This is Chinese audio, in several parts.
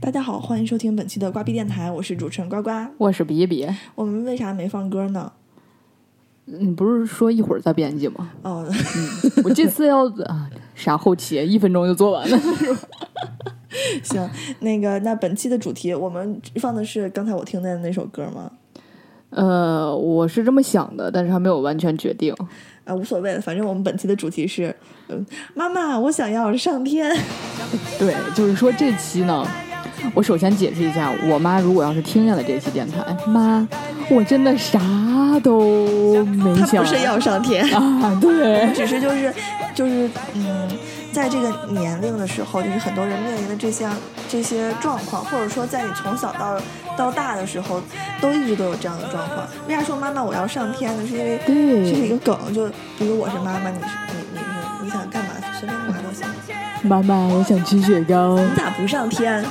大家好，欢迎收听本期的瓜逼电台，我是主持人呱呱。我是比比，我们为啥没放歌呢？你嗯不是说一会儿再编辑吗？哦， 我这次要啊，啥后期一分钟就做完了。行，那个，那本期的主题我们放的是刚才我听见的那首歌吗？ 呃，我是这么想的，但是还没有完全决定。啊，无所谓了，反正我们本期的主题是，嗯，妈妈，我想要上天。对，就是说这期呢，我首先解释一下，我妈如果要是听见了这期电台，妈，我真的啥都没她想不是要上天， 啊，对，只是就是就是嗯，在这个年龄的时候，就是很多人面临的这项这些状况，或者说在你从小到到大的时候，都一直都有这样的状况。为啥说妈妈我要上天呢？是因为对这是一个梗，就比如我是妈妈，你是你你是你想干嘛随便干嘛都行，妈妈，我想吃雪糕。你咋不上 天？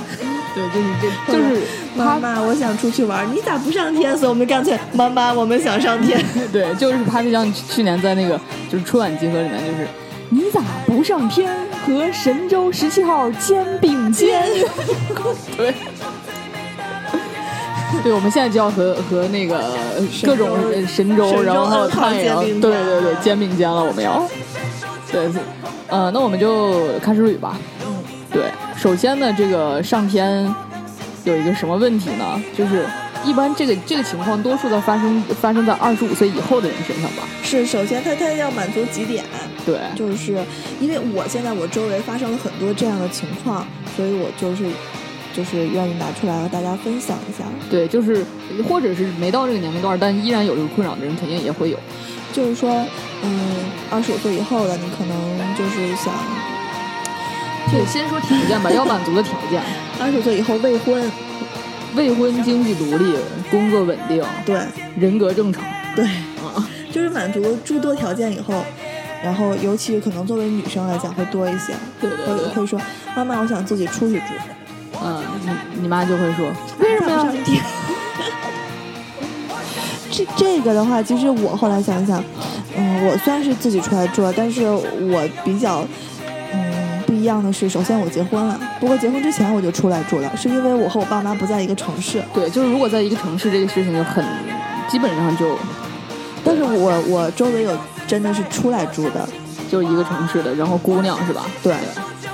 对，就是这，就是妈她，妈，我想出去玩，你咋不上天？所以我们干脆妈妈，我们想上 天。对，就是她，就像去年在那个就是春晚集合里面，就是你咋不上天和神舟十七号肩 并肩？对。对，我们现在就要和和那个呃各种神舟神舟，神然舟后太阳，肩并肩对对对，肩并肩了，我们要。对，呃，那我们就开始捋吧。嗯，对，首先呢，这个上天有一个什么问题呢？就是一般这个这个情况，多数在发生发生在二十五岁以后的人身上吧。是首先他他要满足几点？对，就是因为我现在我周围发生了很多这样的情况，所以我就是就是愿意拿出来和大家分享一下。对，就是或者是没到这个年龄段，但依然有这个困扰的人，肯定也会有。就是说，嗯，二十五岁以后的你可能就是想对，先说条件 吧，要满足的条件：二十五岁以后未婚，未婚、经济独立、工作稳定、对人格正常。对，啊，就是满足诸多条件以后。然后，尤其可能作为女生来讲会多一些，对对会对，会说妈妈，我想自己出去住，嗯，你你妈就会说，为什么上呀？不上天？ 这这个的话，其实我后来想一想，嗯，我虽然是自己出来住了，但是我比较嗯不一样的是，首先我结婚了，不过结婚之前我就出来住了，是因为我和我爸妈不在一个城市，对，就是如果在一个城市，这个事情就很，基本上就但是我我周围有真的是出来住的，就一个城市的，然后姑娘是吧？对，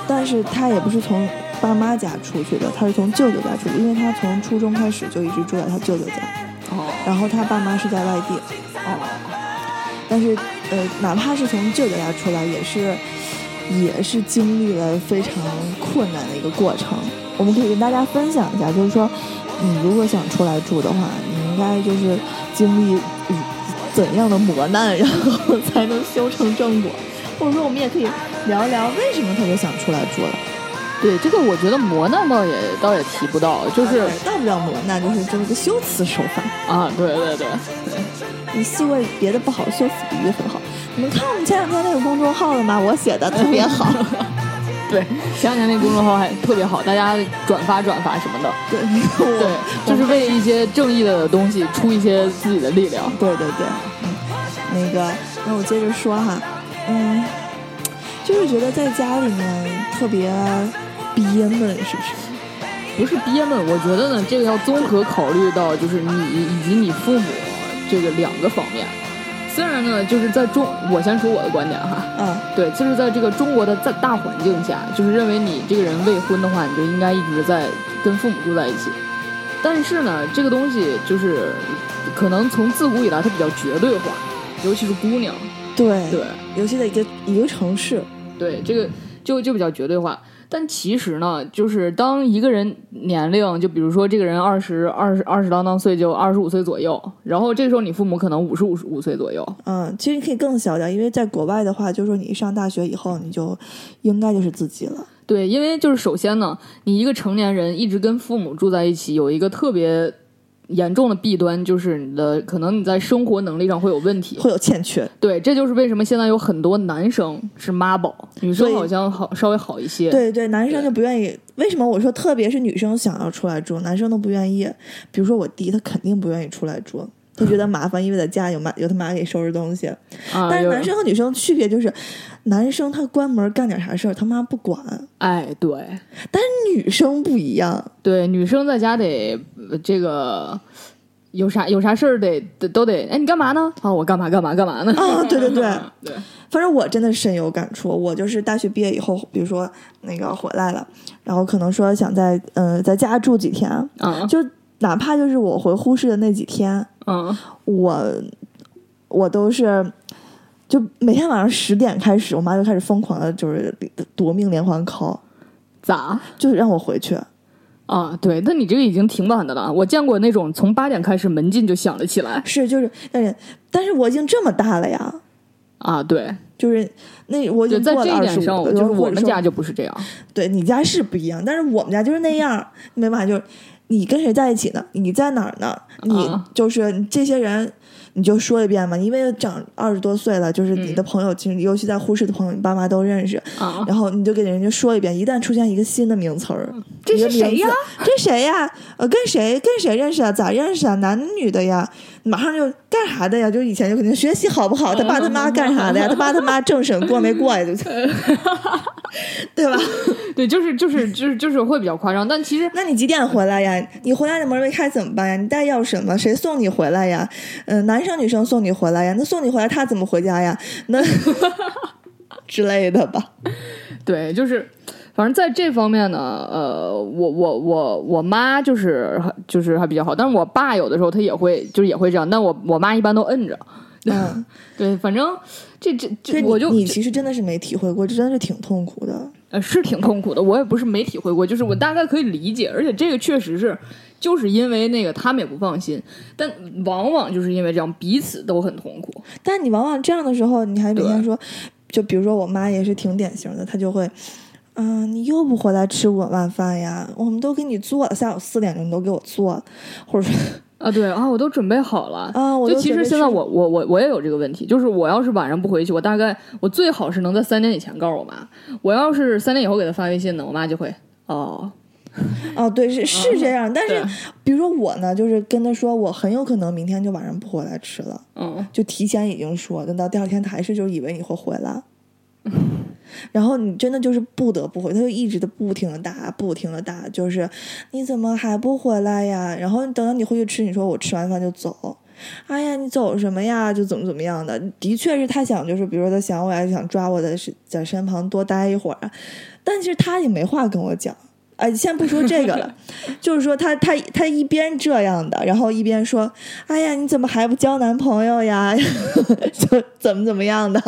但是他也不是从爸妈家出去的，他是从舅舅家出去，因为他从初中开始就一直住在他舅舅家，哦然后他爸妈是在外地，哦，但是呃，哪怕是从舅舅家出来，也是也是经历了非常困难的一个过程。我们可以跟大家分享一下，就是说，你如果想出来住的话，你应该就是经历嗯怎样的磨难，然后才能修成正果。 或者说，我们也可以聊一聊为什么特别想出来住了，对，这个我觉得磨难倒也倒也提不到，就是对到不了磨难，就是这是个修辞手法。啊，对对对，你细问别的不好，修辞比喻很好。你们看我们前两天那个公众号了吗？我写的特别好。 对，前两天那公众号还特别好，大家转发转发什么的， 对，对我，就是为一些正义的东西出一些自己的力量。对对对，嗯，那个，那我接着说哈，嗯，就是觉得在家里面特别憋闷，是不是？不是憋闷，我觉得呢，这个要综合考虑到就是你以及你父母这个两个方面。虽然呢，就是在中，我先说我的观点哈，嗯，对，就是在这个中国的在大环境下，就是认为你这个人未婚的话，你就应该一直在跟父母住在一起。但是呢，这个东西就是可能从自古以来它比较绝对化，尤其是姑娘，对，对尤其在一个一个城市，对，这个就就比较绝对化。但其实呢，就是当一个人年龄，就比如说这个人二十二十二十郎当岁，就二十五岁左右，然后这个时候你父母可能五十五五岁左右，嗯，其实你可以更小点，因为在国外的话，就是说你一上大学以后，你就应该就是自己了。对，因为就是首先呢，你一个成年人一直跟父母住在一起，有一个特别严重的弊端，就是你的可能你在生活能力上会有问题。会有欠缺，对，这就是为什么现在有很多男生是妈宝，女所生以好像好稍微好一些。对对，男生就不愿意。为什么我说特别是女生想要出来住，男生都不愿意？比如说我弟，他肯定不愿意出来住，他觉得麻烦，因为在家有妈有他妈给收拾东西。啊，但是有男生和女生区别就是，男生他关门干点啥事儿，他妈不管；哎，对但是女生不一样，对，女生在家得呃这个有啥有啥事儿得得都得，哎，你干嘛呢？啊，我干嘛干嘛干嘛呢？啊对对对 对，反正我真的深有感触。我就是大学毕业以后，比如说那个回来了，然后可能说想在呃在家住几天，啊就哪怕就是我回呼市的那几天，嗯我我都是。就每天晚上十点开始，我妈就开始疯狂的，就是夺命连环 call，咋？就是让我回去。啊，对，那你这个已经挺晚的了。我见过那种从八点开始门禁就响了起来是，就是，但是但是我已经这么大了呀，啊，对，就是那我已就经在过这了一二点十上，五，就是我或者们说家就不是这 样。对你家是不一样，但是我们家就是那样，没办法，就是你跟谁在一起呢？你在哪儿呢？你啊就是你这些人，你就说一遍嘛，因为长二十多岁了，就是嗯你的朋友，其实尤其在呼市的朋友，你爸妈都认识，啊，然后你就给人家说一遍，一旦出现一个新的名词儿，嗯这一个是谁名字呀？ 这谁呀？呃，跟谁跟谁认识啊？咋认识啊？男女的呀？马上就干啥的呀？就以前就肯定学习好不好？嗯他爸他妈干啥的呀？他爸他妈政审过没 过呀？就对吧？对，就是就是就是就是会比较夸张，但其实那你几点回来呀？你回来的门没开怎么办呀？你带钥匙吗？谁送你回来呀？嗯、男生女生送你回来呀？那送你回来他怎么回家呀？ 那之类的吧。 对，就是反正在这方面呢，呃，我我我我妈就是就是还比较好，但是我爸有的时候他也会就是也会这样，但我我妈一般都摁着。嗯，对，反正这这所这以我就你其实真的是没体会过，这真是挺痛苦的。呃，是挺痛苦的，我也不是没体会过，就是我大概可以理解，而且这个确实是，就是因为那个他们也不放心，但往往就是因为这样，彼此都很痛苦。但你往往这样的时候，你还每对天说，就比如说我妈也是挺典型的，她就会，嗯、你又不回来吃我晚饭呀？我们都给你做了，下午四点钟你都给我做了，或者说，啊，对啊，我都准备好了。啊我就都其准实备现在吃我我我我也有这个问题，就是我要是晚上不回去，我大概我最好是能在三点以前告诉我妈。我要是三点以后给她发微信呢，我妈就会哦，哦，对，是是这样。但嗯对是，比如说我呢，就是跟她说，我很有可能明天就晚上不回来吃了，嗯，就提前已经说，等到第二天她还是就是以为你会回来。然后你真的就是不得不回，她就一直的不停的打，不停的打，就是你怎么还不回来呀？然后等到你回去吃，你说我吃完饭就走，哎呀，你走什么呀？就怎么怎么样的，的确是她想，就是比如说她想我呀，想抓我在身在身旁多待一会儿啊，但是她也没话跟我讲。哎，先不说这个了， 就是说她她她一边这样的，然后一边说，哎呀，你怎么还不交男朋友呀？ 就怎么怎么样的？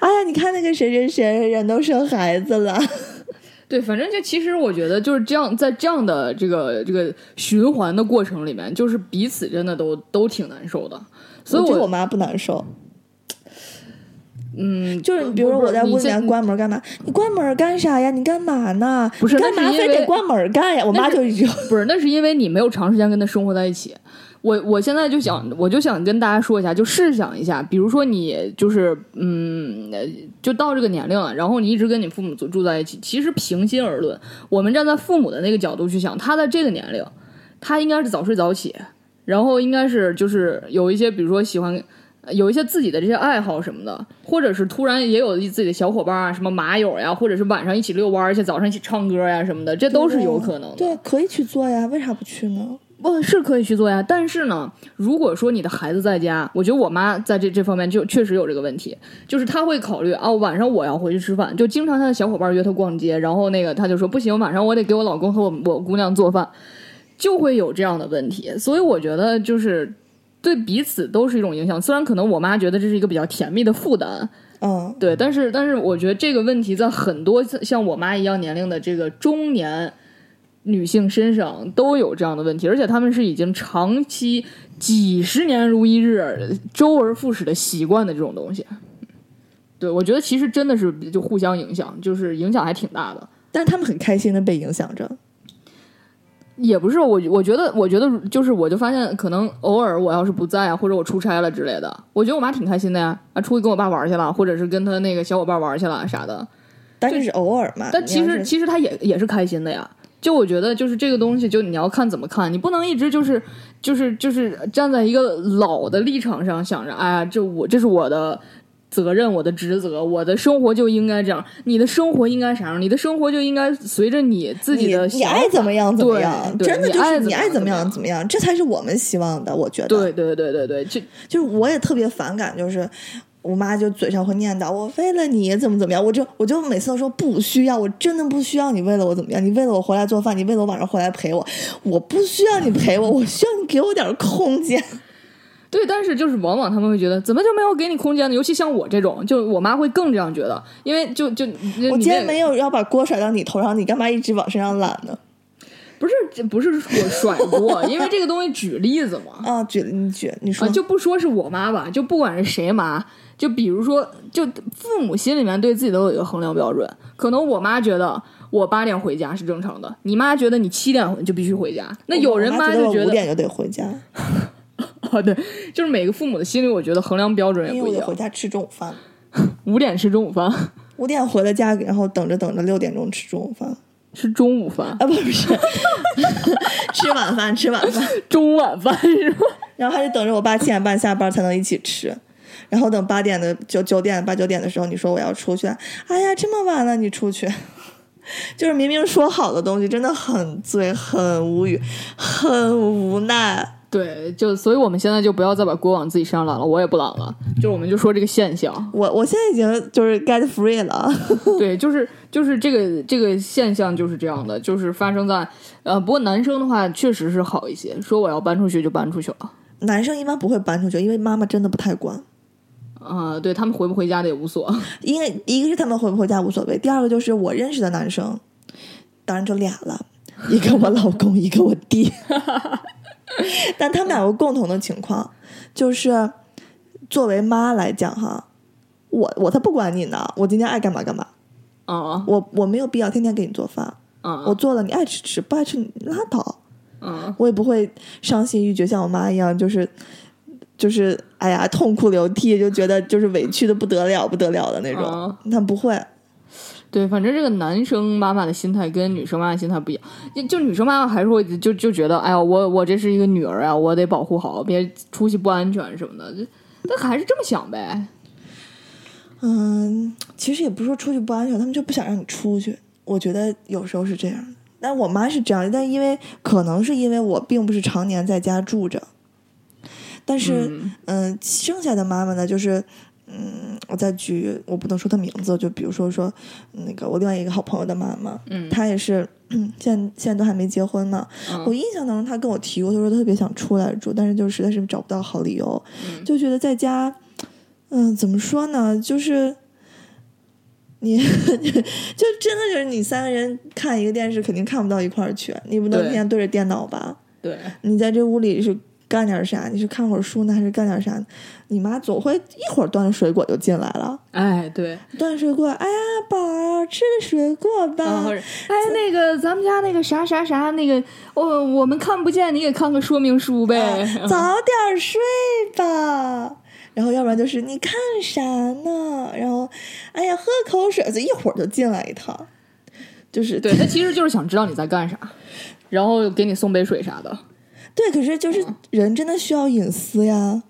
哎呀，你看那个谁谁谁，人都生孩子了。对，反正就其实我觉得就是这样，在这样的这个这个循环的过程里面，就是彼此真的都都挺难受的。所以觉得我我妈不难受，嗯，就是比如说不我是在你屋里这面关门干嘛？你关门干啥呀？你干嘛呢？不是你那干嘛是因非为得关门干呀？我妈就一句，不是，那是因为你没有长时间跟他生活在一起。我我现在就想，嗯我就想跟大家说一下，就试想一下，比如说你就是嗯，呃就到这个年龄了，然后你一直跟你父母住住在一起，其实平心而论，我们站在父母的那个角度去想，他在这个年龄，他应该是早睡早起，然后应该是就是有一些，比如说喜欢。呃有一些自己的这些爱好什么的，或者是突然也有自己的小伙伴啊，什么麻友呀，或者是晚上一起遛弯儿去，早上一起唱歌呀什么的，这都是有可能嗯的。对，可以去做呀，为啥不去呢？不是可以去做呀，但是呢，如果说你的孩子在家，我觉得我妈在这这方面就确实有这个问题，就是她会考虑啊，晚上我要回去吃饭，就经常她的小伙伴约她逛街，然后那个她就说不行，晚上我得给我老公和我我姑娘做饭，就会有这样的问题，所以我觉得就是对彼此都是一种影响。虽然可能我妈觉得这是一个比较甜蜜的负担，嗯，对，但是但是我觉得这个问题在很多像我妈一样年龄的这个中年女性身上都有这样的问题，而且她们是已经长期几十年如一日、周而复始的习惯的这种东西。对，我觉得其实真的是就互相影响，就是影响还挺大的。但是他们很开心的被影响着。也不是我，我觉得，我觉得就是，我就发现，可能偶尔我要是不在啊，或者我出差了之类的，我觉得我妈挺开心的呀，啊，出去跟我爸玩去了，或者是跟她那个小伙伴玩去了啥的，但是是偶尔嘛，但你其要实是其实他也也是开心的呀。就我觉得，就是这个东西，就你要看怎么看，你不能一直就是就是就是站在一个老的立场上想着，哎呀，这我这是我的责任，我的职责，我的生活就应该这样，你的生活应该啥样，你的生活就应该随着你自己你的你想爱怎法么样怎么样，对对真的你就是爱怎你么爱样怎么怎么样样怎么样，这才是我们希望的，我觉得。对对对对对，就就是我也特别反感，就是我妈就嘴上会念叨我为了你怎么怎么样，我就我就每次都说不需要，我真的不需要你为了我怎么样，你为了我回来做饭，你为了我晚上回来陪我，我不需要你陪我，我需要你给我点儿空 间。对，但是就是往往他们会觉得怎么就没有给你空间呢？尤其像我这种，就我妈会更这样觉得，因为就就我我今天没有要把锅甩到你头上，你干嘛一直往身上揽呢？不是这不是我甩锅，因为这个东西举例子嘛，啊，举你举你说、啊，就不说是我妈吧，就不管是谁妈，就比如说，就父母心里面对自己都有一个衡量标准。可能我妈觉得我八点回家是正常的，你妈觉得你七点就必须回家。那有人哦我妈妈就我觉五得，点就得回家，啊，对，就是每个父母的心里，我觉得衡量标准也因不为哎一我得样回。家吃中午饭。五点吃中午饭， 五点回了家，然后等着等着六点钟吃中午饭吃中午饭，啊，不不是， 吃晚饭吃晚饭。中晚饭是吧？ 然后还得等着我爸七点半下班才能一起吃，然后等八点的九九点八九点的时候，你说我要出去，哎呀，这么晚了你出去， 就是明明说好的东西，真的很醉，很无语，很无奈。对，就所以我们现在就不要再把锅往自己身上揽了，我也不揽了，就我们就说这个现象。我我现在已经就是 get free 了， 对，就是就是这个这个现象就是这样的，就是发生在呃，不过男生的话确实是好一些，说我要搬出去就搬出去了，男生一般不会搬出去，因为妈妈真的不太管。啊、对他们回不回家的也无所， 因为一个是他们回不回家无所谓，第二个就是我认识的男生，当然就俩了，一个我老公，一个我弟， 但他们俩有共同的情况，就是作为妈来讲哈，我我才不管你呢，我今天爱干嘛干嘛，啊我我没有必要天天给你做饭，我啊做了你爱吃吃，不爱吃你拉倒，啊！我也不会伤心欲绝，像我妈一样，就是。就是哎呀，痛哭流涕，就觉得就是委屈的不得了，不得了的那种。啊他不会，对，反正这个男生妈妈的心态跟女生妈妈心态不一样，就就女生妈妈还是会就就觉得，哎呀，我我这是一个女儿啊，我得保护好，别出去不安全什么的，就但还是这么想呗。嗯，其实也不是说出去不安全，他们就不想让你出去。我觉得有时候是这样的，但我妈是这样，但因为可能是因为我并不是常年在家住着，但是嗯嗯、剩下的妈妈呢，就是嗯，我再举我不能说她名字，就比如说说那个我另外一个好朋友的妈妈，嗯她也是。 现在现在都还没结婚嘛，嗯我印象当中她跟我提过，她说她特别想出来住，但是就实在是找不到好理由，嗯就觉得在家，嗯，怎么说呢，就是你 就真的就是你三个人看一个电视，肯定看不到一块儿去，你不能对天天对着电脑吧？对你在这屋里是干点啥？你是看会儿书呢，还是干点啥？你妈总会一会儿端着水果就进来了，哎对，端着水果，哎呀，宝儿吃个水果 吧。啊，或者哎，那个咱们家那个啥啥啥，那个哦，我们看不见，你给看个说明书呗。呃早点睡吧。然后要不然就是你看啥呢？然后，哎呀，喝口水，就一会儿就进来一趟，就是 对他其实就是想知道你在干啥，然后给你送杯水啥的。对可是就是嗯人真的需要隐私呀。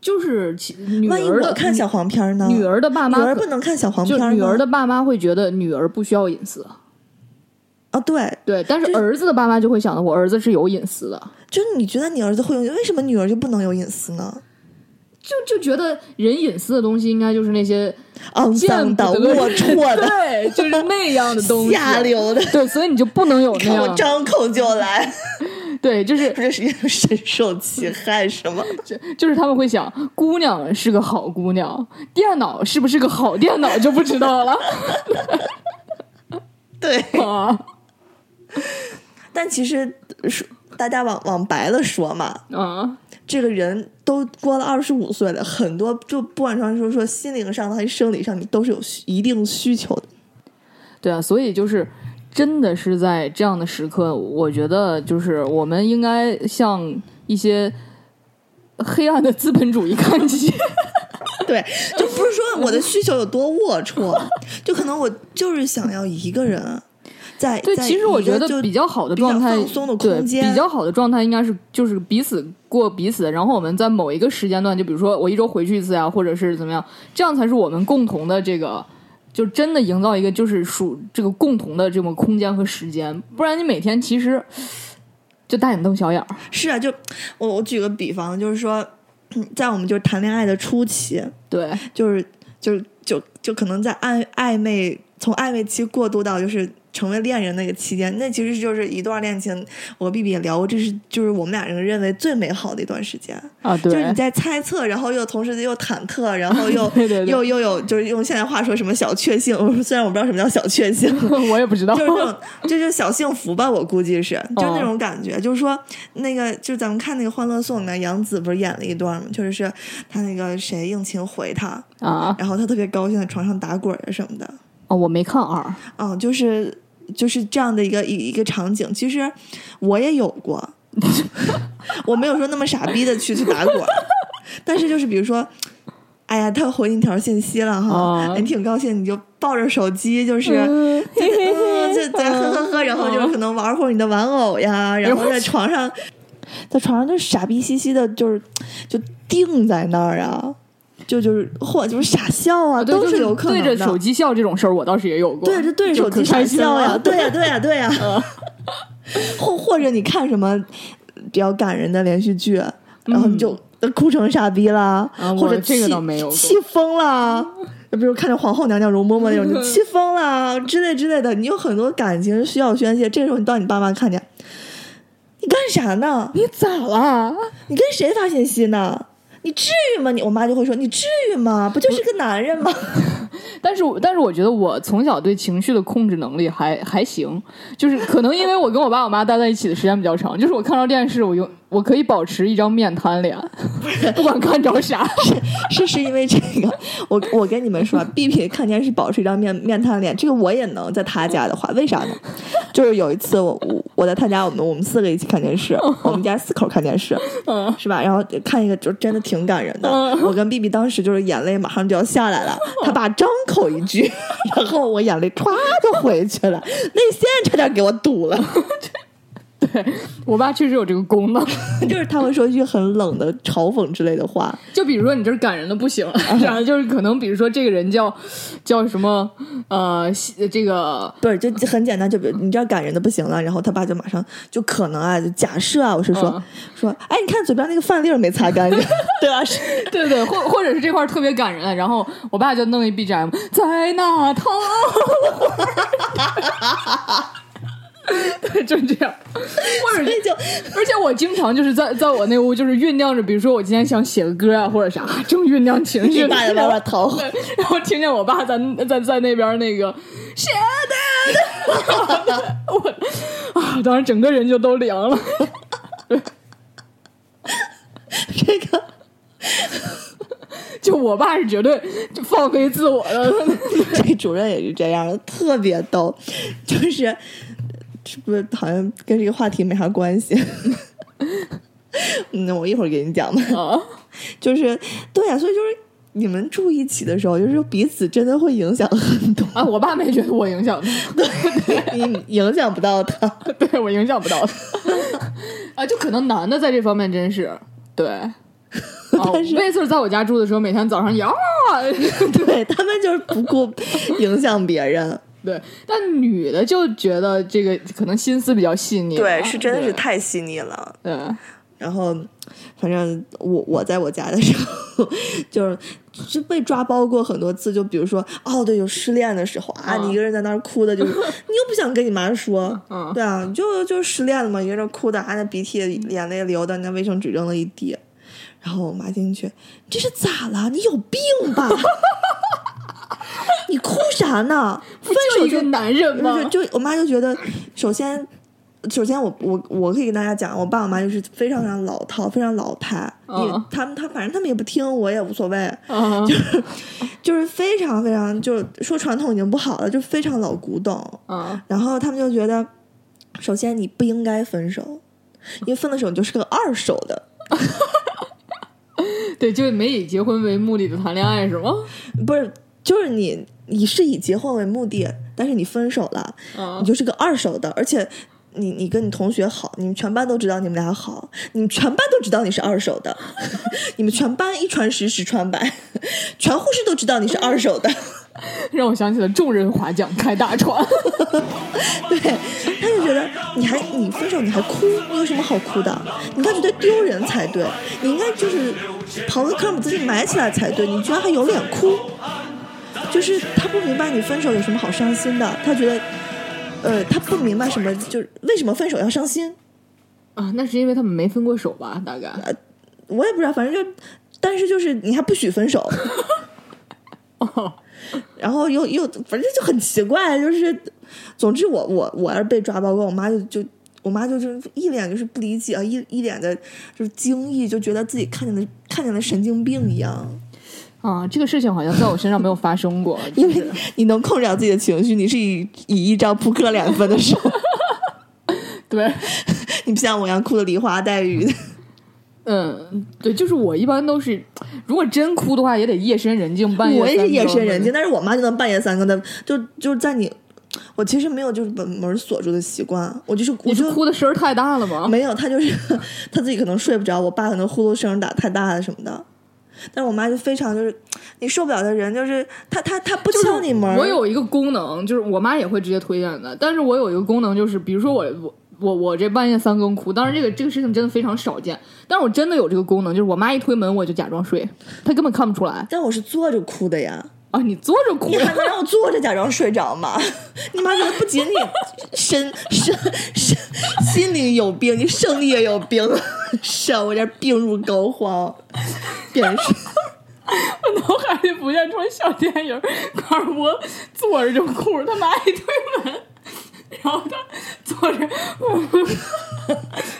就是其女万一儿我的嗯看小黄片儿呢？女儿的爸妈女儿可不能看小黄就片儿女儿吗的爸妈会觉得女儿不需要隐私，啊，对，对，但是儿子的爸妈就会想的，我儿子是有隐私的，就是你觉得你儿子会有，为什么女儿就不能有隐私呢？就就觉得人隐私的东西应该就是那些肮见脏的、不得龌龊的、 对，就是那样的 东西，下流的，对，所以你就不能有那看我样，张口就来， 对，就是这是深受其害，是吗？就是他们会想，姑娘是个好姑娘，电脑是不是个好电脑就不知道了对。啊但其实呃说大家往往白了说嘛，啊！这个人都过了二十五岁了，很多就不管说说说心灵上的还是生理上，你都是有需一定需求的。对啊，所以就是真的是在这样的时刻，我觉得就是我们应该向一些黑暗的资本主义看齐。对，就不是说我的需求有多龌龊，就可能我就是想要一个人。在对，在其实我一个觉得就比较好的状态，比较放松的对空间比较好的状态应该是就是彼此过彼此，然后我们在某一个时间段，就比如说我一周回去一次呀，或者是怎么样，这样才是我们共同的这个，就真的营造一个就是属这个共同的这么空间和时间，不然你每天其实就大眼瞪小眼儿，是啊，就我我举个比方，就是说，嗯在我们就是谈恋爱的初期，对就是就是就就可能在暧暧昧从暧昧期过渡到就是成为恋人那个期间，那其实就是一段恋情。我和 B B 也聊过，这是就是我们俩人认为最美好的一段时间，啊，就对，是你 在猜测，然后又同时又忐忑，然后又 对对对又又有就是用现在话说什么小确幸，我虽然我不知道什么叫小确幸， 我也不知道，就是这种，这就是小幸福吧，我估计是，哦就是那种感觉，就是说那个，就是咱们看那个《欢乐颂》里面，杨紫不是演了一段吗？就是她那个谁应勤回她，啊然后她特别高兴在床上打滚儿啊什么的，啊，我没看 二，嗯，就是就是这样的一个一一个场景，其实我也有过， 我没有说那么傻逼的去去打滚儿，但是就是比如说。哎呀，他回你一条信息了哈，哦哎你挺高兴，你就抱着手机，就是、 嗯就嗯，就在呵呵呵，然后就是可能玩会儿你的玩偶呀，然后在床上，在床上就傻逼兮兮的，就是就定在那儿啊，就就是或就是傻笑啊，对都就是有可能对的。着手机笑这种事儿，我倒是也有过，对，就对着手就机可傻开心笑啊 呀，了嗯对呀、对呀、对呀、 或或者你看什么比较感人的连续剧，然后你就呃哭成傻逼啦，嗯啊或我者这个气倒没有过气疯 啦。比如看着皇后娘娘容嬷嬷那种，你气疯啦之类之类的，你有很多感情需要宣泄。这时候你到你爸妈看见，你干啥呢？你咋了？你跟谁发信息呢？你至于吗？你我妈就会说，你至于吗？不就是个男人吗？ 但是我，但是我觉得我从小对情绪的控制能力还还行，就是可能因为我跟我爸我妈待在一起的时间比较长，就是我看到电视，我用我可以保持一张面瘫脸， 不管看着啥， 是是因为这个，我我跟你们说啊，B B 看电视保持一张面面瘫脸，这个我也能在他家的话，为啥呢？就是有一次我我我在他家，我们我们四个一起看电视，我们家四口看电视，嗯是吧？然后看一个就真的挺感人的，我跟 B B 当时就是眼泪马上就要下来了，他爸张口一句， 然后我眼泪歘就回去了，泪腺差点给我堵了。 对我爸确实有这个功能，就是他会说一句很冷的嘲讽之类的话，就比如说你这儿感人的不行 了，然后就是可能比如说这个人叫叫什么呃西这个不是，就很简单，就比如你这样感人的不行了，然后他爸就马上就可能啊，就假设啊，我是说、嗯说，哎，你看嘴边那个饭粒儿没擦干净， 对吧？是 对对，或或者是这块儿特别感人，然后我爸就弄一 BGM，在那堂， 对，就是这样，或者所是以就而且我经常就是在在我那屋，就是酝酿着，比如说我今天想写个歌啊，或者啥，正酝酿情你绪呢，爸在外边逃，对，然后听见我爸在在在那边那个写的，我啊，当时整个人就都凉了。这个就我爸是绝对就放飞自我的，这主任也是这样的，特别逗，就是是不是好像跟这个话题没啥关系？ 嗯，我一会儿给你讲吧。啊，就是对啊呀、所以就是你们住一起的时候，就是说彼此真的会影响很多， 啊，我爸没觉得我影响他，你影响不到他。 对我影响不到他，啊，就可能男的在这方面真是 对。哦但是，贝斯在我家住的时候，每天早上也啊，对他们就是不 顾影响别人，对，但女的就觉得这个可能心思比较细腻吧，对啊太细腻了。对然后，反正我我在我家的时候，就是就被抓包过很多次。就比如说，哦，对，有失恋的时候啊，嗯你一个人在那儿哭的，就是 你又不想跟你妈说，嗯对啊，你就就失恋了嘛，一个人哭的，啊，那鼻涕眼泪流的，那卫生纸扔了一地。然后我妈进去，你这是咋了？你有病吧？ 你哭啥 呢？分就手一个男人嘛，就就我妈就觉得，首先，首先我我我可以跟大家讲，我爸我妈就是非常非常老套，非常老派，嗯也他们他反正他们也不听，我也无所谓，啊就是非常非常就是说传统已经不好了，就非常老古董。啊，然后他们就觉得，首先你不应该分手，因为分了手你就是个二手的。对，就没以结婚为目的的谈恋爱是吗？不是，就是你你是以结婚为目的，但是你分手了，啊你就是个二手的，而且你你跟你同学好，你们全班都知道你们俩好，你们全班都知道你是二手的， 你们全班一传十十传百， 全护士都知道你是二手的。 让我想起了众人划桨开大船。 对，他就觉得你还你分手你还哭，你有什么好哭的？你应该觉得丢人才对，你应该就是刨根科姆自己埋起来才对，你居然还有脸哭，就是他不明白你分手有什么好伤心的，他觉得，呃，他不明白什么就是为什么分手要伤心，啊，那是因为他们没分过手吧？大概 我也不知道，反正就，但是就是你还不许分 手，哦，然后又又反正就很奇怪，就是，总之我我我要是被抓包跟我妈就就我妈就就是一脸就是不理解啊，一一脸的就是惊异，就觉得自己看见了看见了神经病一样。啊，这个事情好像在我身上没有发生过，因为你能控制好自己的情绪，你是以以一张扑克脸分的手， 对，你不像我一样哭的梨花带雨的。嗯，对，就是我一般都是，如果真哭的话，也得夜深人静，半夜我也是三夜更深人静，但是我妈就能半夜三更的，就就是在你，我其实没有就是把门锁住的习惯，我就是我你就是哭的声儿太大了吗？没有，他就是 他自己可能睡不着，我爸可能呼噜声打太大了什么的。但是我妈就非常就是你受不了的人，就是她她她不敲你门儿，我有一个功能，就是我妈也会直接推荐的，但是我有一个功能，就是比如说我我我我这半夜三更哭，当然这个这个事情真的非常少见，但是我真的有这个功能，就是我妈一推门我就假装睡，她根本看不出来但我是坐着哭的呀，啊，你坐着哭你，还能让我坐着假装睡着吗？ 你妈可能不仅你身身身心灵有病，你生理也有病，是啊，我这病入膏肓，变是。我脑海里浮现出小电影，卡尔伯坐着就哭，他妈一推门，然后他坐着，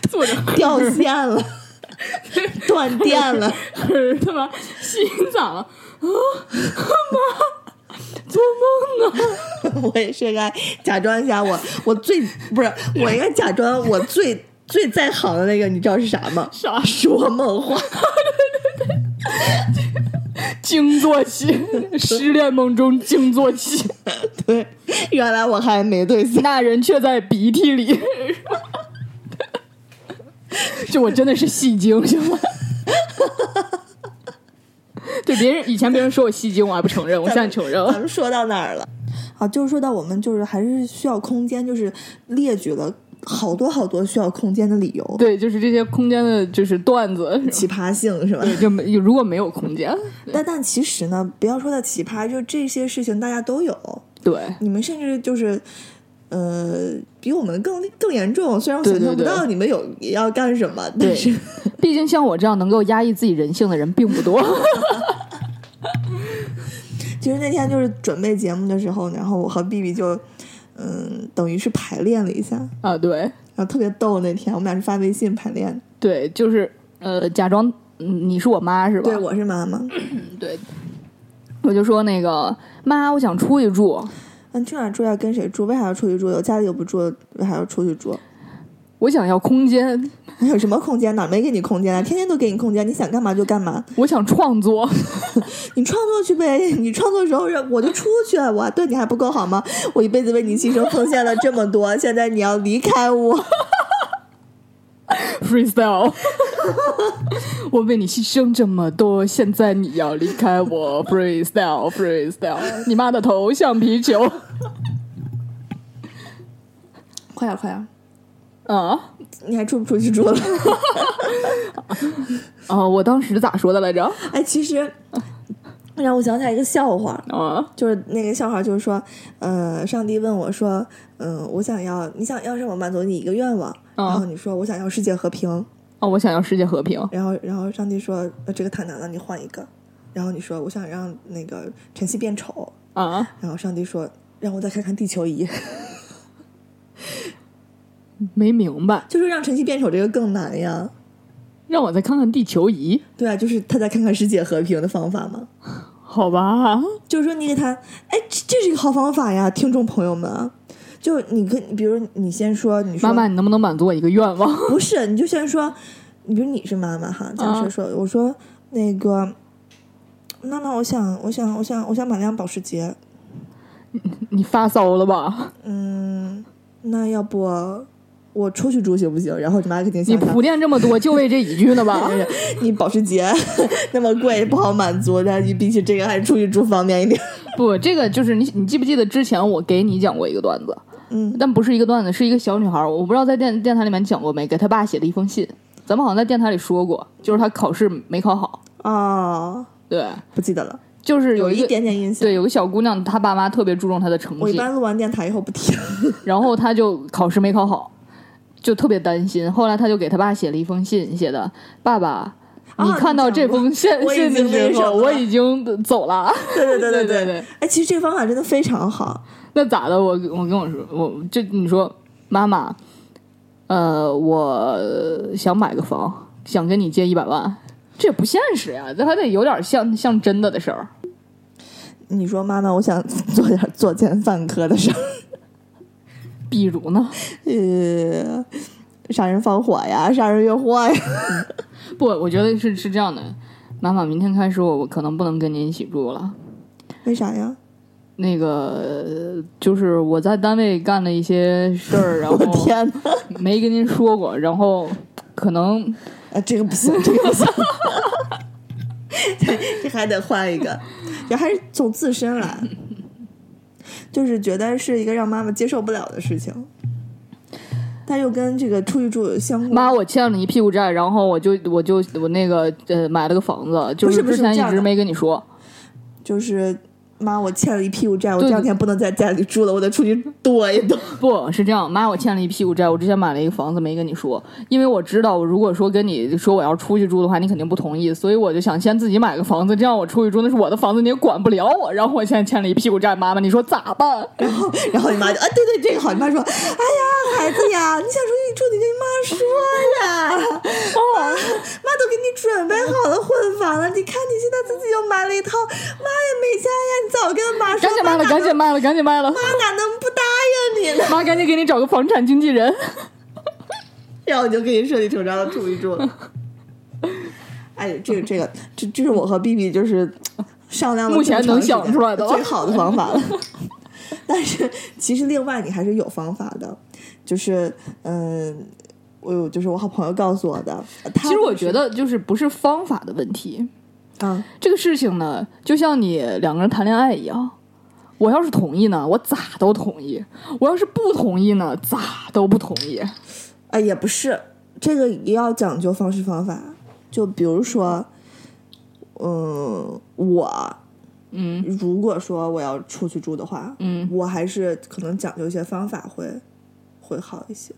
坐着 掉线了，断电了。他妈心脏啊，啊妈，做梦 呢，我也是该假装一下我我最不是我应该假装我最最在行的那个，你知道是啥吗？啥说梦话，惊坐起，失恋梦中惊坐起，对，原来我还没对象，那人却在鼻涕里。就我真的是戏精，行吗？ 对别人以前别人说我戏精，我还不承认，我现在承认了咱。们说到哪儿了？好，就是说到我们就是还是需要空间，就是列举了好多好多需要空间的理由，对，就是这些空间的，就是段子，奇葩性是吧？对，就没如果没有空间，但但其实呢，不要说它奇葩，就这些事情大家都有，对你们甚至就是，呃，比我们更更严重。虽然我对想象对不对到你们有也要干什么，但对是毕竟像我这样能够压抑自己人性的人并不多。 其实那天就是准备节目的时候，然后我和 B B 就，嗯，等于是排练了一下，然啊，对后特别逗。那天我们俩是发微信排练，对，就是呃，假装嗯你是我妈是吧？对，我是妈妈。对我就说那个妈，我想出去住。嗯，去哪儿住要跟谁住？为啥要出去住？有家里又不住，为啥要出去住？ 我想要空间，还有什么空间？哪儿没给你空间啊？天天都给你空间，你想干嘛就干嘛。我想创作， 你创作去呗， 你创作的时候让我就出去，我对你还不够好吗？我一辈子为你牺牲奉献了这么多， 现在你要离开我， freestyle。我为你牺牲这么多，现在你要离开我，freestyle freestyle。你妈的头像皮球 快点快点，啊！你还出不出去 住了？啊，我当时咋说的来着？哎，其实让我想起来一个笑话，啊，就是那个笑话，就是说，呃，上帝问我说，嗯、我想要，你想要让我满足你一个愿望，嗯然后你说我想要世界和平，哦，我想要世界和平。然后然后上帝说，呃，这个太难了，你换一个，然后你说我想让那个晨曦变丑，啊，然后上帝说让我再看看地球仪。没明白，就是让晨曦变丑这个更难呀。让我再看看地球仪，对啊，就是他再看看世界和平的方法嘛。好吧？就是说你给他，哎，这这是一个好方法呀，听众朋友们啊。就你可以，比如你先说，你说妈妈，你能不能满足我一个愿 望？不是，你就先说，你比如你是妈妈啊哈，假设说，我说那个妈妈，我想，我想，我想，我想买辆保时捷。你发骚了吧？嗯，那要不我出去住行不行？然后你妈肯定你想想铺垫这么多，就为这一句呢吧？ 你保时捷 那么贵，不好满足，但你比起这个还是出去住方便一点。不，这个就是你，你记不记得之前我给你讲过一个段子？嗯，但不是一个段子，是一个小女孩儿，我不知道在电电台里面讲过没，给她爸写的一封信。咱们好像在电台里说过，就是她考试没考好，哦，对，不记得了，就是有有一一个点点印象。对有个小姑娘，她爸妈特别注重她的成我一绩，般录完电台以后不听。然后她就考试没考好，就特别担心。后来她就给她爸写了一封信，写的爸爸。啊你看到你讲这过封信我已信的经那时什候，么我了已经走了。对对对对对对对哎，其实这个方法真的非常好。那咋的？我我跟我说，我就你说妈妈，呃，我想买个房，想跟你借一百万，这也不现实呀，这还得有点像像真的的事儿。你说妈妈，我想做点作奸犯科的事儿，比如呢， 呃，杀人放火呀，杀人越货呀。不，我觉得是是这样的，妈妈，明天开始我我可能不能跟您一起住了。为啥呀？那个就是我在单位干的一些事儿，然后我天哪！没跟您说过，然后可能啊，这个不行，这个不行，这这还得换一个，这还是从自身来，就是觉得是一个让妈妈接受不了的事情，但又跟这个出去住有相关。妈，我欠了你一屁股债，然后我就我就我那个呃买了个房子，就不是不之是前这一样直的没跟你说。就是妈，我欠了一屁股债，我对这两天不能在家里住了，我得出去跺 一跺。不是这样，妈，我欠了一屁股债，我之前买了一个房子没跟你说，因为我知道，如果说跟你说我要出去住的话，你肯定不同意，所以我就想先自己买个房子，这样我出去住那是我的房子，你也管不了我。然后我现在欠了一屁股债，妈妈，你说咋办？然后， 然后你妈就啊，对对，这个好。你妈说，哎呀，孩子呀，你想出去住，你跟你妈说 呀。妈，哦妈都给你准备好了混房了，你看你现在自己又买了一套，妈也没家呀，你早跟妈说赶，紧妈卖了，哪赶紧卖了，赶紧卖了！妈哪能不答应你呢？妈，赶紧给你找个房产经纪人。然后你就可以顺理成章的处一住了。哎，这个这个，这这是我和 B B 就是商量了目前这么长时间能想出来的最好的方法了。 但是其实另外你还是有方法的，就是嗯。我有，就是我好朋友告诉我的。他其实我就是觉，得就是不是方法的问题，啊，这个事情呢，就像你两个人谈恋爱一样，我要是同意呢，我咋都同意；我要是不同意呢，咋都不同意。啊，也不是，这个也要讲究方式方法。就比如说，嗯，我嗯如果说我要出去住的话，嗯我还是可能讲究一些方法会会好一些。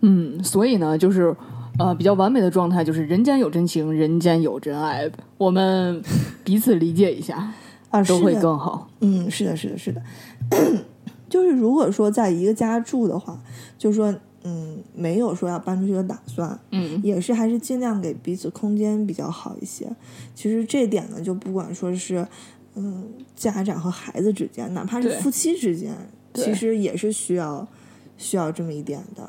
嗯，所以呢，就是呃，比较完美的状态就是人间有真情，人间有真爱，我们彼此理解一下，啊，都会 是的更好。嗯，是的，是的，是的。 就是如果说在一个家住的话，就说嗯，没有说要搬出去的打算，嗯也是还是尽量给彼此空间比较好一些。其实这点呢，就不管说是嗯家长和孩子之间，哪怕是对夫妻之间，对其实也是需要需要这么一点的。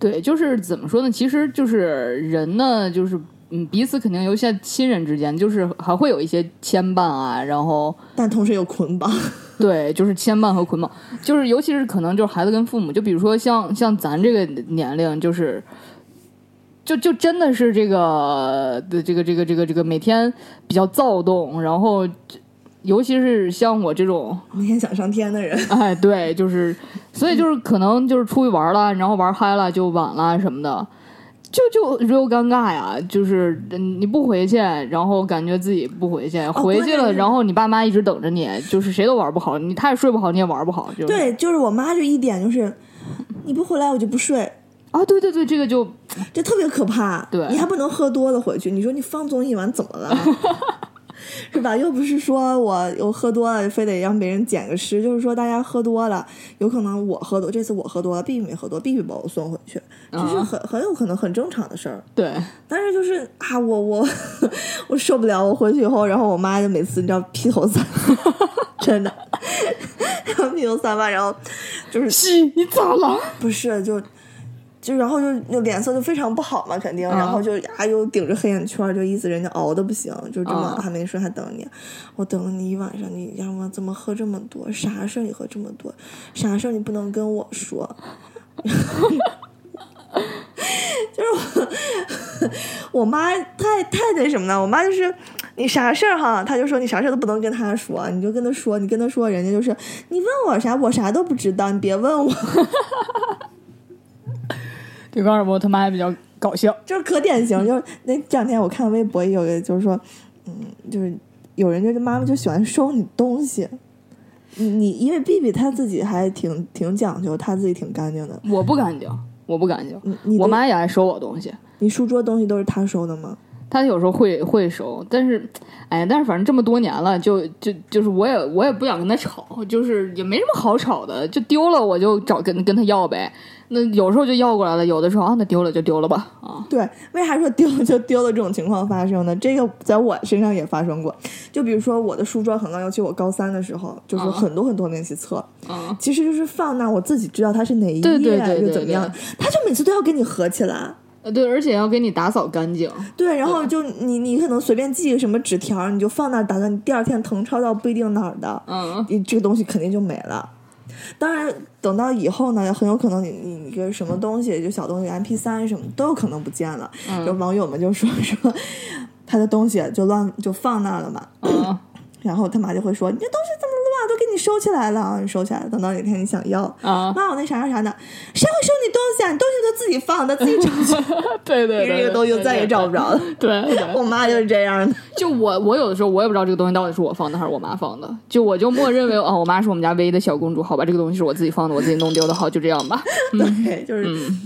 对，就是怎么说呢？其实就是人呢，就是嗯，彼此肯定有一些亲人之间，就是还会有一些牵绊啊，然后。但同时有捆绑， 对，就是牵绊和捆绑，就是尤其是可能就是孩子跟父母，就比如说像像咱这个年龄，就是就就真的是这个的这个这个这个这个每天比较躁动，然后尤其是像我这种，每天想上天的人，哎，对，就是所以就是可能就是出去玩了，然后玩嗨了就晚了什么的。就就又尴尬呀，就是嗯你不回去，然后感觉自己不回去，回关去键了，是然后你爸妈一直等着你，就是谁都玩不好，你他也睡不好，你也玩不好，就对，就是我妈就一点就是，你不回来我就不睡，啊，对对对，这个就这特别可怕。对你还不能喝多了回去，你说你放纵一晚怎么了？是吧？又不是说我我喝多了，非得让别人捡个尸，就是说大家喝多了，有可能我喝多，这次我喝多了，必须没喝多，必须把我送回去，这是啊很很有可能很正常的事儿。对但是就是啊，我我我受不了，我回去以后，然后我妈就每次你知道披头散发，真的， 然后披头散发，然后就是 西，你咋了？不是，就就然后就就脸色就非常不好嘛，肯定，啊然后就啊又顶着黑眼圈，就意思人家熬的不行，就这么啊还没睡，还等你，我等了你一晚上，你要么怎么喝这么多？啥事儿你喝这么多？啥事儿你不能跟我说？ 就是我，我 妈太太那什么了，我妈就是你啥事儿哈，她就说你啥事儿都不能跟她说，你就跟她说，你跟她说，人家就是你问我啥，我啥都不知道，你别问我。这高尔博他妈还比较搞笑，就是可典型，就是那这两天我看微博也有个，就是说，嗯，就是有人就是妈妈就喜欢收你东西，你你因为 B B 她自己还挺挺讲究，她自己挺干净的，我不干净，我不干净。你嗯你我的妈也爱收我东西，你书桌东西都是她收的吗？她有时候会会收，但是，哎，但是反正这么多年了，就就就是我也我也不想跟她吵，就是也没什么好吵的，就丢了我就找跟跟她要呗。那有时候就要过来了，有的时候啊，那丢了就丢了吧啊。对，为啥说丢了就丢了这种情况发生呢？这个在我身上也发生过，就比如说我的书桌很乱，尤其我高三的时候，就是啊很多很多练习册，嗯，其实就是放那我自己知道它是哪一页啊对对对又对怎么对样，她就每次都要给你合起来。呃对，而且要给你打扫干净。对，然后就你你可能随便记个什么纸条儿，你就放那儿，打算第二天誊抄到不一定哪儿的，嗯，你这个东西肯定就没了。当然，等到以后呢，很有可能你你你个什么东西，就小东西，M P 三什么都有可能不见了。嗯就网友们就说 说他的东西就乱就放那儿了嘛，嗯然后他妈就会说你这东西怎么乱，都给你收起来了，啊你收起来了，等到哪天你想要。啊，妈，我那啥啥啥的，谁会收你东西啊？你东西都自己放的，自己找 去， 对对这个东西就再也找不着了。对对 我妈就是这样的。就我，我有的时候我也不知道这个东西到底是我放的还是我妈放的，就我就默认为哦，我妈是我们家唯一的小公主，好吧，这个东西是我自己放的，我自己弄丢的，好，就这 样吧。 对，就是，嗯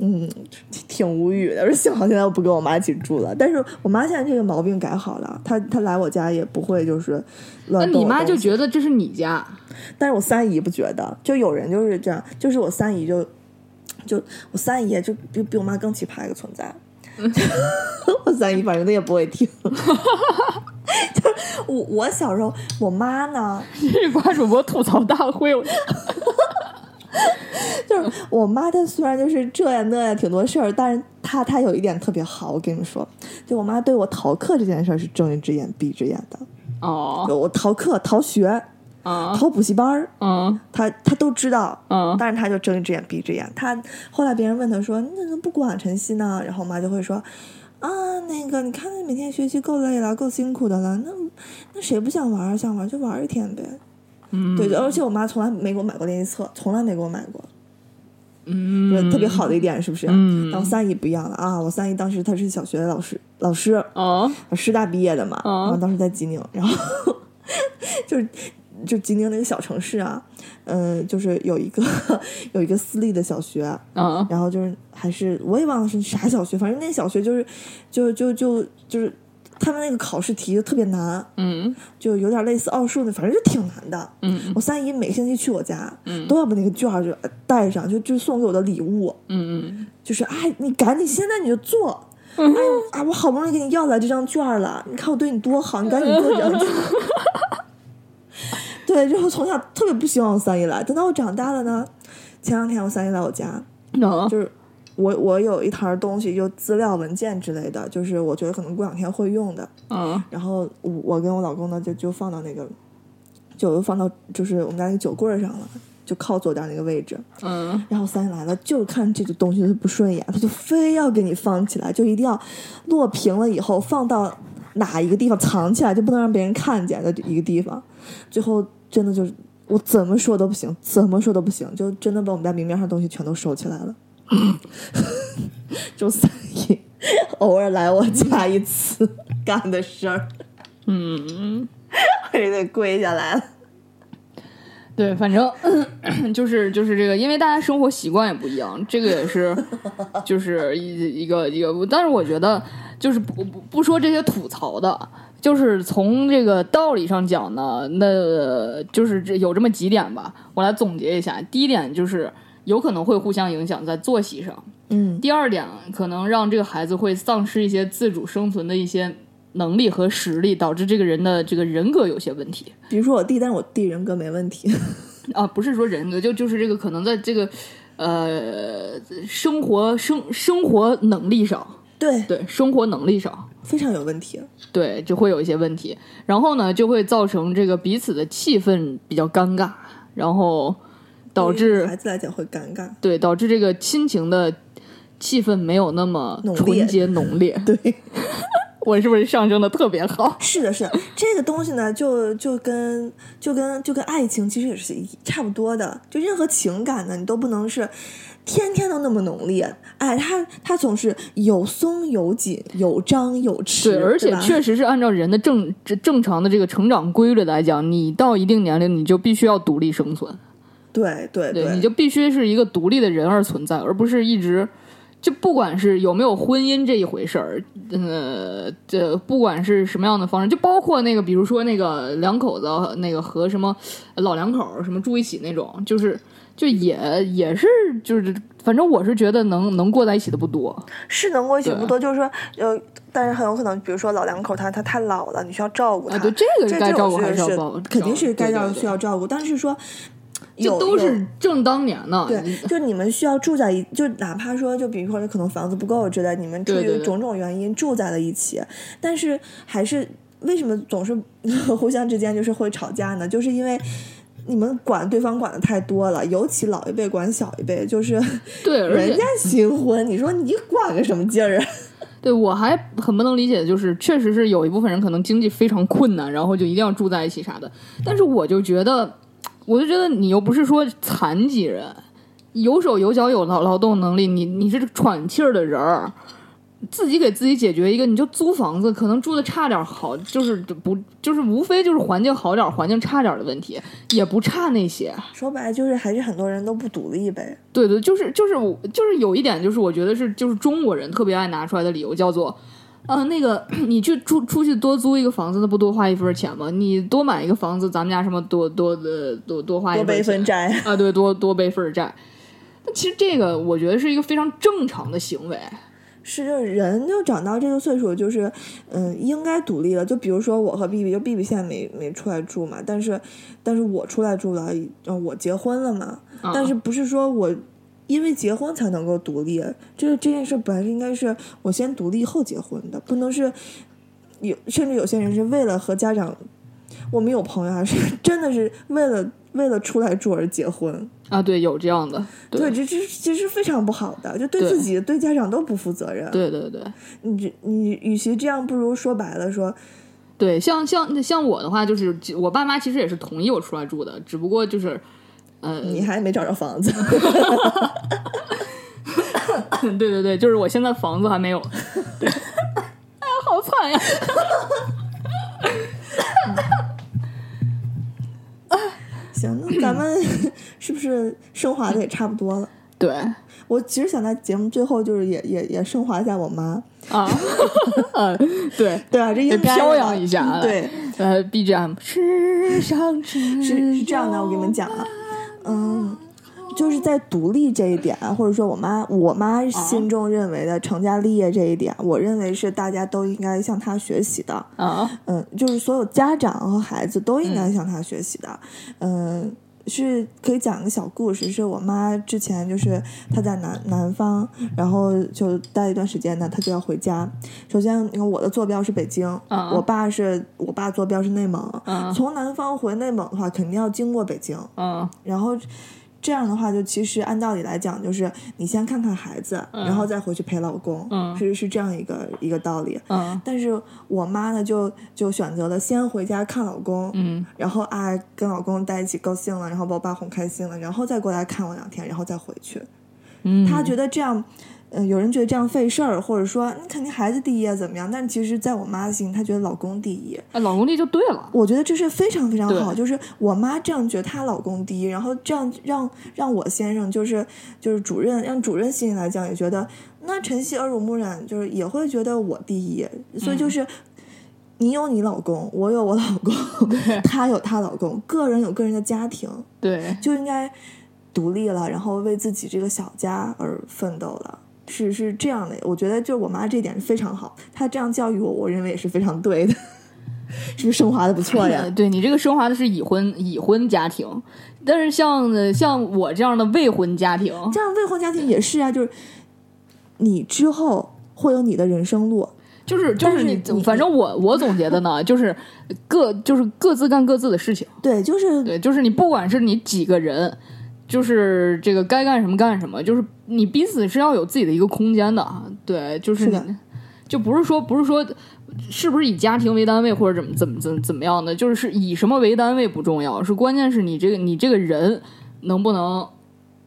嗯，挺无语的。我说幸好现在我不跟我妈一起住了，但是我妈现在这个毛病改好了，她她来我家也不会就是那乱动你我妈就东西，觉得这是你家，但是我三姨不觉得，就有人就是这样，就是我三姨就就我三姨就比比我妈更奇葩一个存在。嗯 我三姨反正她也不会 听，就是我我小时候，我妈呢，这瓜主播吐槽大会， 嗯就是我妈，她虽然就是这样那样挺多事儿，但是她她有一点特别好，我跟你们说，就我妈对我逃课这件事儿是睁一只眼闭一只眼的。哦就我逃课、逃学、啊逃补习班儿，嗯她她都知道，嗯但是她就睁一只眼闭一只眼。她后来别人问她说：“你怎么不管晨曦呢？”然后我妈就会说。啊，那个，你看，每天学习够累了，够辛苦的了。那那谁不想玩儿？想玩儿就玩儿一天呗。嗯，对，而且我妈从来没给我买过练习册，从来没给我买过。就是嗯，呃特别好的一点，是不是？嗯然后三姨不一样了啊，我三姨当时她是小学老师，老师，哦师大毕业的嘛，嗯然后当时在济宁，然后就是。就济宁那个小城市啊，嗯、就是有一个有一个私立的小学，啊然后就是还是我也忘了是啥小学，反正那个小学就是，就就就就是他们那个考试题就特别难，嗯就有点类似奥数的，反正就挺难的。嗯我三姨每星期去我家，嗯都要把那个卷儿就带上，就就送给我的礼物。嗯就是哎，你赶紧现在你就做。哎呦啊！我好不容易给你要来这张券儿了，你看我对你多好，你赶紧做这张卷儿。对，然后从小特别不希望我三姨来，等到我长大了呢，前两天我三姨来我家，嗯，啊就是我我有一摊儿东西，就资料、文件之类的，就是我觉得可能过两天会用的，啊然后我我跟我老公呢就就放到那个，就就放到就是我们家那个酒柜儿上了，就靠左边那个位置。嗯然后三姨来了，就是看这个东西就不顺眼，他就非要给你放起来，就一定要落平了以后放到哪一个地方藏起来，就不能让别人看见的一个地方。最后真的就是我怎么说都不行，怎么说都不行，就真的把我们家明面上的东西全都收起来了。 就三姨偶尔来我家一次干的事儿，嗯。我就得跪下来了。对，反正就是就是这个，因为大家生活习惯也不一样，这个也是就是一一个一个，但是我觉得就是不不不说这些吐槽的，就是从这个道理上讲呢，那就是这有这么几点吧，我来总结一下。第一点就是有可能会互相影响在作息上，嗯第二点可能让这个孩子会丧失一些自主生存的一些能力和实力，导致这个人的这个人格有些问题。比如说我弟，但是我弟人格没问题。啊，不是说人格，就就是这个可能在这个呃生活生生活能力少，对，对，生活能力少，非常有问题。对，就会有一些问题，然后呢，就会造成这个彼此的气氛比较尴尬，然后导对于致孩子来讲会尴尬。对导致这个亲情的气氛没有那么浓烈纯洁浓烈。 对，我是不是上升的特别好？是的，是的，这个东西呢，就就跟就跟就跟爱情其实也是一差不多的，就任何情感呢，你都不能是天天都那么浓烈。哎，它它总是有松有紧，有张有弛，对，而且吧确实是按照人的正正正常的这个成长规律来讲，你到一定年龄，你就必须要独立生存。对对对，你就必须是一个独立的人而存在，而不是一直就不管是有没有婚姻这一回事儿，呃，这不管是什么样的方式，就包括那个，比如说那个呃两口子，那个和什么呃老两口儿什么住一起那种，就是就也也是就是，反正我是觉得能能过在一起的不多，是能过一起不多，就是说呃，但是很有可能，比如说老两口他他太老了，你需要照顾他，啊对这个这该照顾还这是要种照顾肯定是该照照顾对需要照顾，但是说这有都有是正当年呢。对， 就你们需要住在一，就哪怕说，就比如说可能房子不够之类，你们出对对于对种种原因住在了一起，但是还是为什么总是 互相之间就是会吵架呢？就是因为。你们管对方管的太多了，尤其老一辈管小一辈，就是 对，而且人家新婚，你说你管个什么劲儿啊？ 对，我还很不能理解，就是确实是有一部分人可能经济非常困难，然后就一定要住在一起啥的。但是我就觉得，我就觉得你又不是说残疾人，有手有脚有劳劳动能力，你你是喘气儿的人儿，自己给自己解决一个，你就租房子，可能住的差点儿好，就是不就是无非就是环境好点儿，环境差点儿的问题，也不差那些。说白了就是还是很多人都不独立呗。对对，就是就是我就是有一点，就是我觉得是就是中国人特别爱拿出来的理由叫做，呃，那个你去出出去多租一个房子，那不多花一分钱吗？你多买一个房子，咱们家什么多多呃多多花一多分悲钱愤债，啊，对，多多背份债。但其实这个我觉得是一个非常正常的行为，是，就是人就长到这个岁数，就是嗯，应该独立了。就比如说我和 B B，就 B B 现在没没出来住嘛，但是但是我出来住了，呃我结婚了嘛，啊、但是不是说我因为结婚才能够独立？这这件事本来是应该是我先独立后结婚的，不能是有甚至有些人是为了和家长，我们有朋友还啊是真的是为了为了出来住而结婚，啊，对，有这样的，对，这对这这是非常不好的，就对对自己对家长都不负责任。对对对你这你与其这样，不如说白了说，对，像像像我的话，就是我爸妈其实也是同意我出来住的，只不过就是，呃，你还没找着房子， 对对对，就是我现在房子还 没有。对，哎呀，好惨呀！行，那咱 们是不是升华的也差不多了？对我其实想在节目最后就是也也也升华一下我妈， 啊，呃对，对啊吧？这应也该的嗯飘扬一下啊对，呃，BGM 世上只是是这样的，我跟你们讲啊，嗯，就是在独立这一点啊，或者说我妈我妈啊心中认为的成家立业这一点，我认为是大家都应该向她学习的。啊，嗯，就是所有家长和孩子都嗯应该向他学习的。嗯、是可以讲个小故事，是我妈之前就是她在南南方，然后就待一段时间呢，她就要回家。首先，你看我的坐标是北京，嗯我爸是我爸坐标是内蒙，嗯从南方回内蒙的话，肯定要经过北京。嗯然后这样的话，就其实按道理来讲，就是你先看看孩子，然后再回去陪老公，嗯是是这样一个一个道理。嗯但是我妈呢，就就选择了先回家看老公，嗯然后啊跟老公在一起高兴了，然后把我爸哄开心了，然后再过来看我两天，然后再回去。嗯，她觉得这样，嗯、有人觉得这样费事儿，或者说你肯定孩子第一啊怎么样？但其实，在我妈心里，她觉得老公第一。哎老公力就对了，我觉得这是非常非常好，对就是我妈这样觉得她老公第一，然后这样让让我先生就是就是主任，让主任心里来讲也觉得，那晨曦耳濡目染，就是也会觉得我第一，所以就是。你有你老公，我有我老公，她有她老公，个人有个人的家庭，对就应该独立了，然后为自己这个小家而奋斗了。是是这样的，我觉得就是我妈这一点是非常好，她这样教育我，我认为也是非常对的。 是不是升华的不错呀？对你这个升华的是已婚已婚家庭，但是像呃像我这样的未婚家庭，这样未婚家庭也是啊，就是你之后会有你的人生路，就是就是但是你，你反正我我总结的呢，就是各就是各自干各自的事情。对，就是对，就是你不管是你几个人，就是这个该干什么干什么，就是你彼此是要有自己的一个空间的啊。对，就是是你的就不是说不是说是不是以家庭为单位或者怎么怎么怎么怎么样的，就是是以什么为单位不重要，是关键是你这个你这个人能不能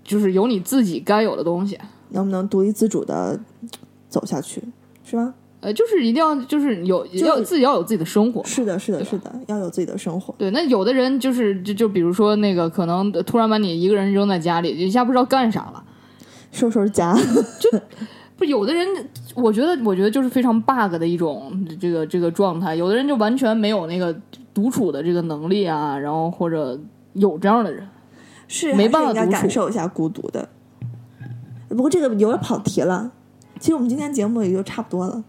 就是有你自己该有的东西。能不能独立自主的走下去，是吧？呃，就是一定要，就是有是要自己要有自己的生活，是的，是的，是的，要有自己的生活。对，那有的人就是就就比如说那个，可能突然把你一个人扔在家里，一下不知道干啥了。收拾收拾家，不，有的人我觉得我觉得就是非常 bug 的一种这个这个状态。有的人就完全没有那个独处的这个能力啊，然后或者有这样的人，是没办法还是应独该处感受一下孤独的。不过这个有点跑题了，其实我们今天节目也就差不多了。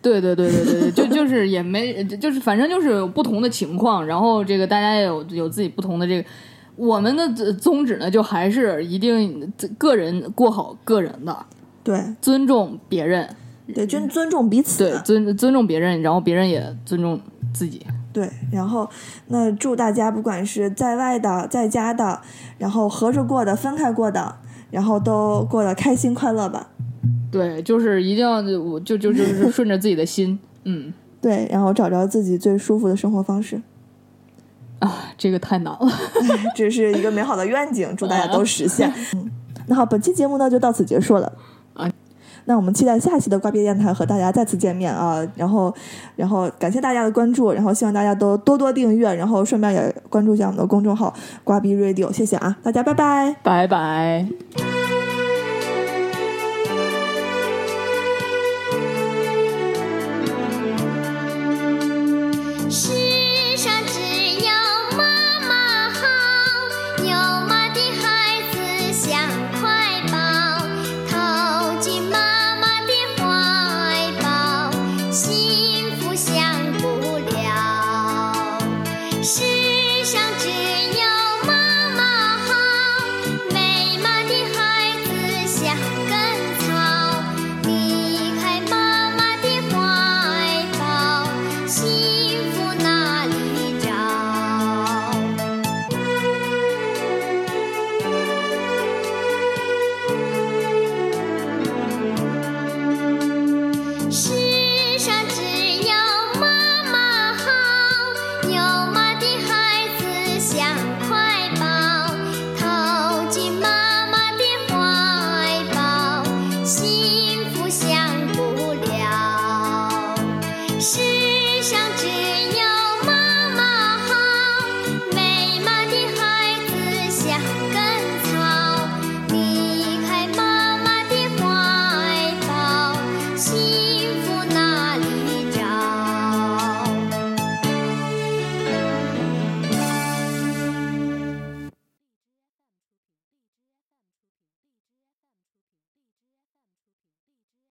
对对对对对，对就就是也没就是反正就是有不同的情况，然后这个大家也有有自己不同的这个。我们的宗旨呢，就还是一定个人过好个人的，对尊重别人，对，尊尊重彼此。嗯对，尊尊重别人，然后别人也尊重自己。对，然后那祝大家不管是在外的、在家的，然后合着过的、分开过的，然后都过得开心快乐吧。对，就是一定要，我就就就是顺着自己的心，嗯对，然后找着自己最舒服的生活方式，啊，这个太难了。这是一个美好的愿景，祝大家都实现。 嗯，那好，本期节目呢就到此结束了。啊，那我们期待下期的瓜皮电台和大家再次见面啊！然后，然后感谢大家的关注，然后希望大家都多多订阅，然后顺便也关注一下我们的公众号“瓜逼 radio”，谢谢啊！大家拜拜。拜拜。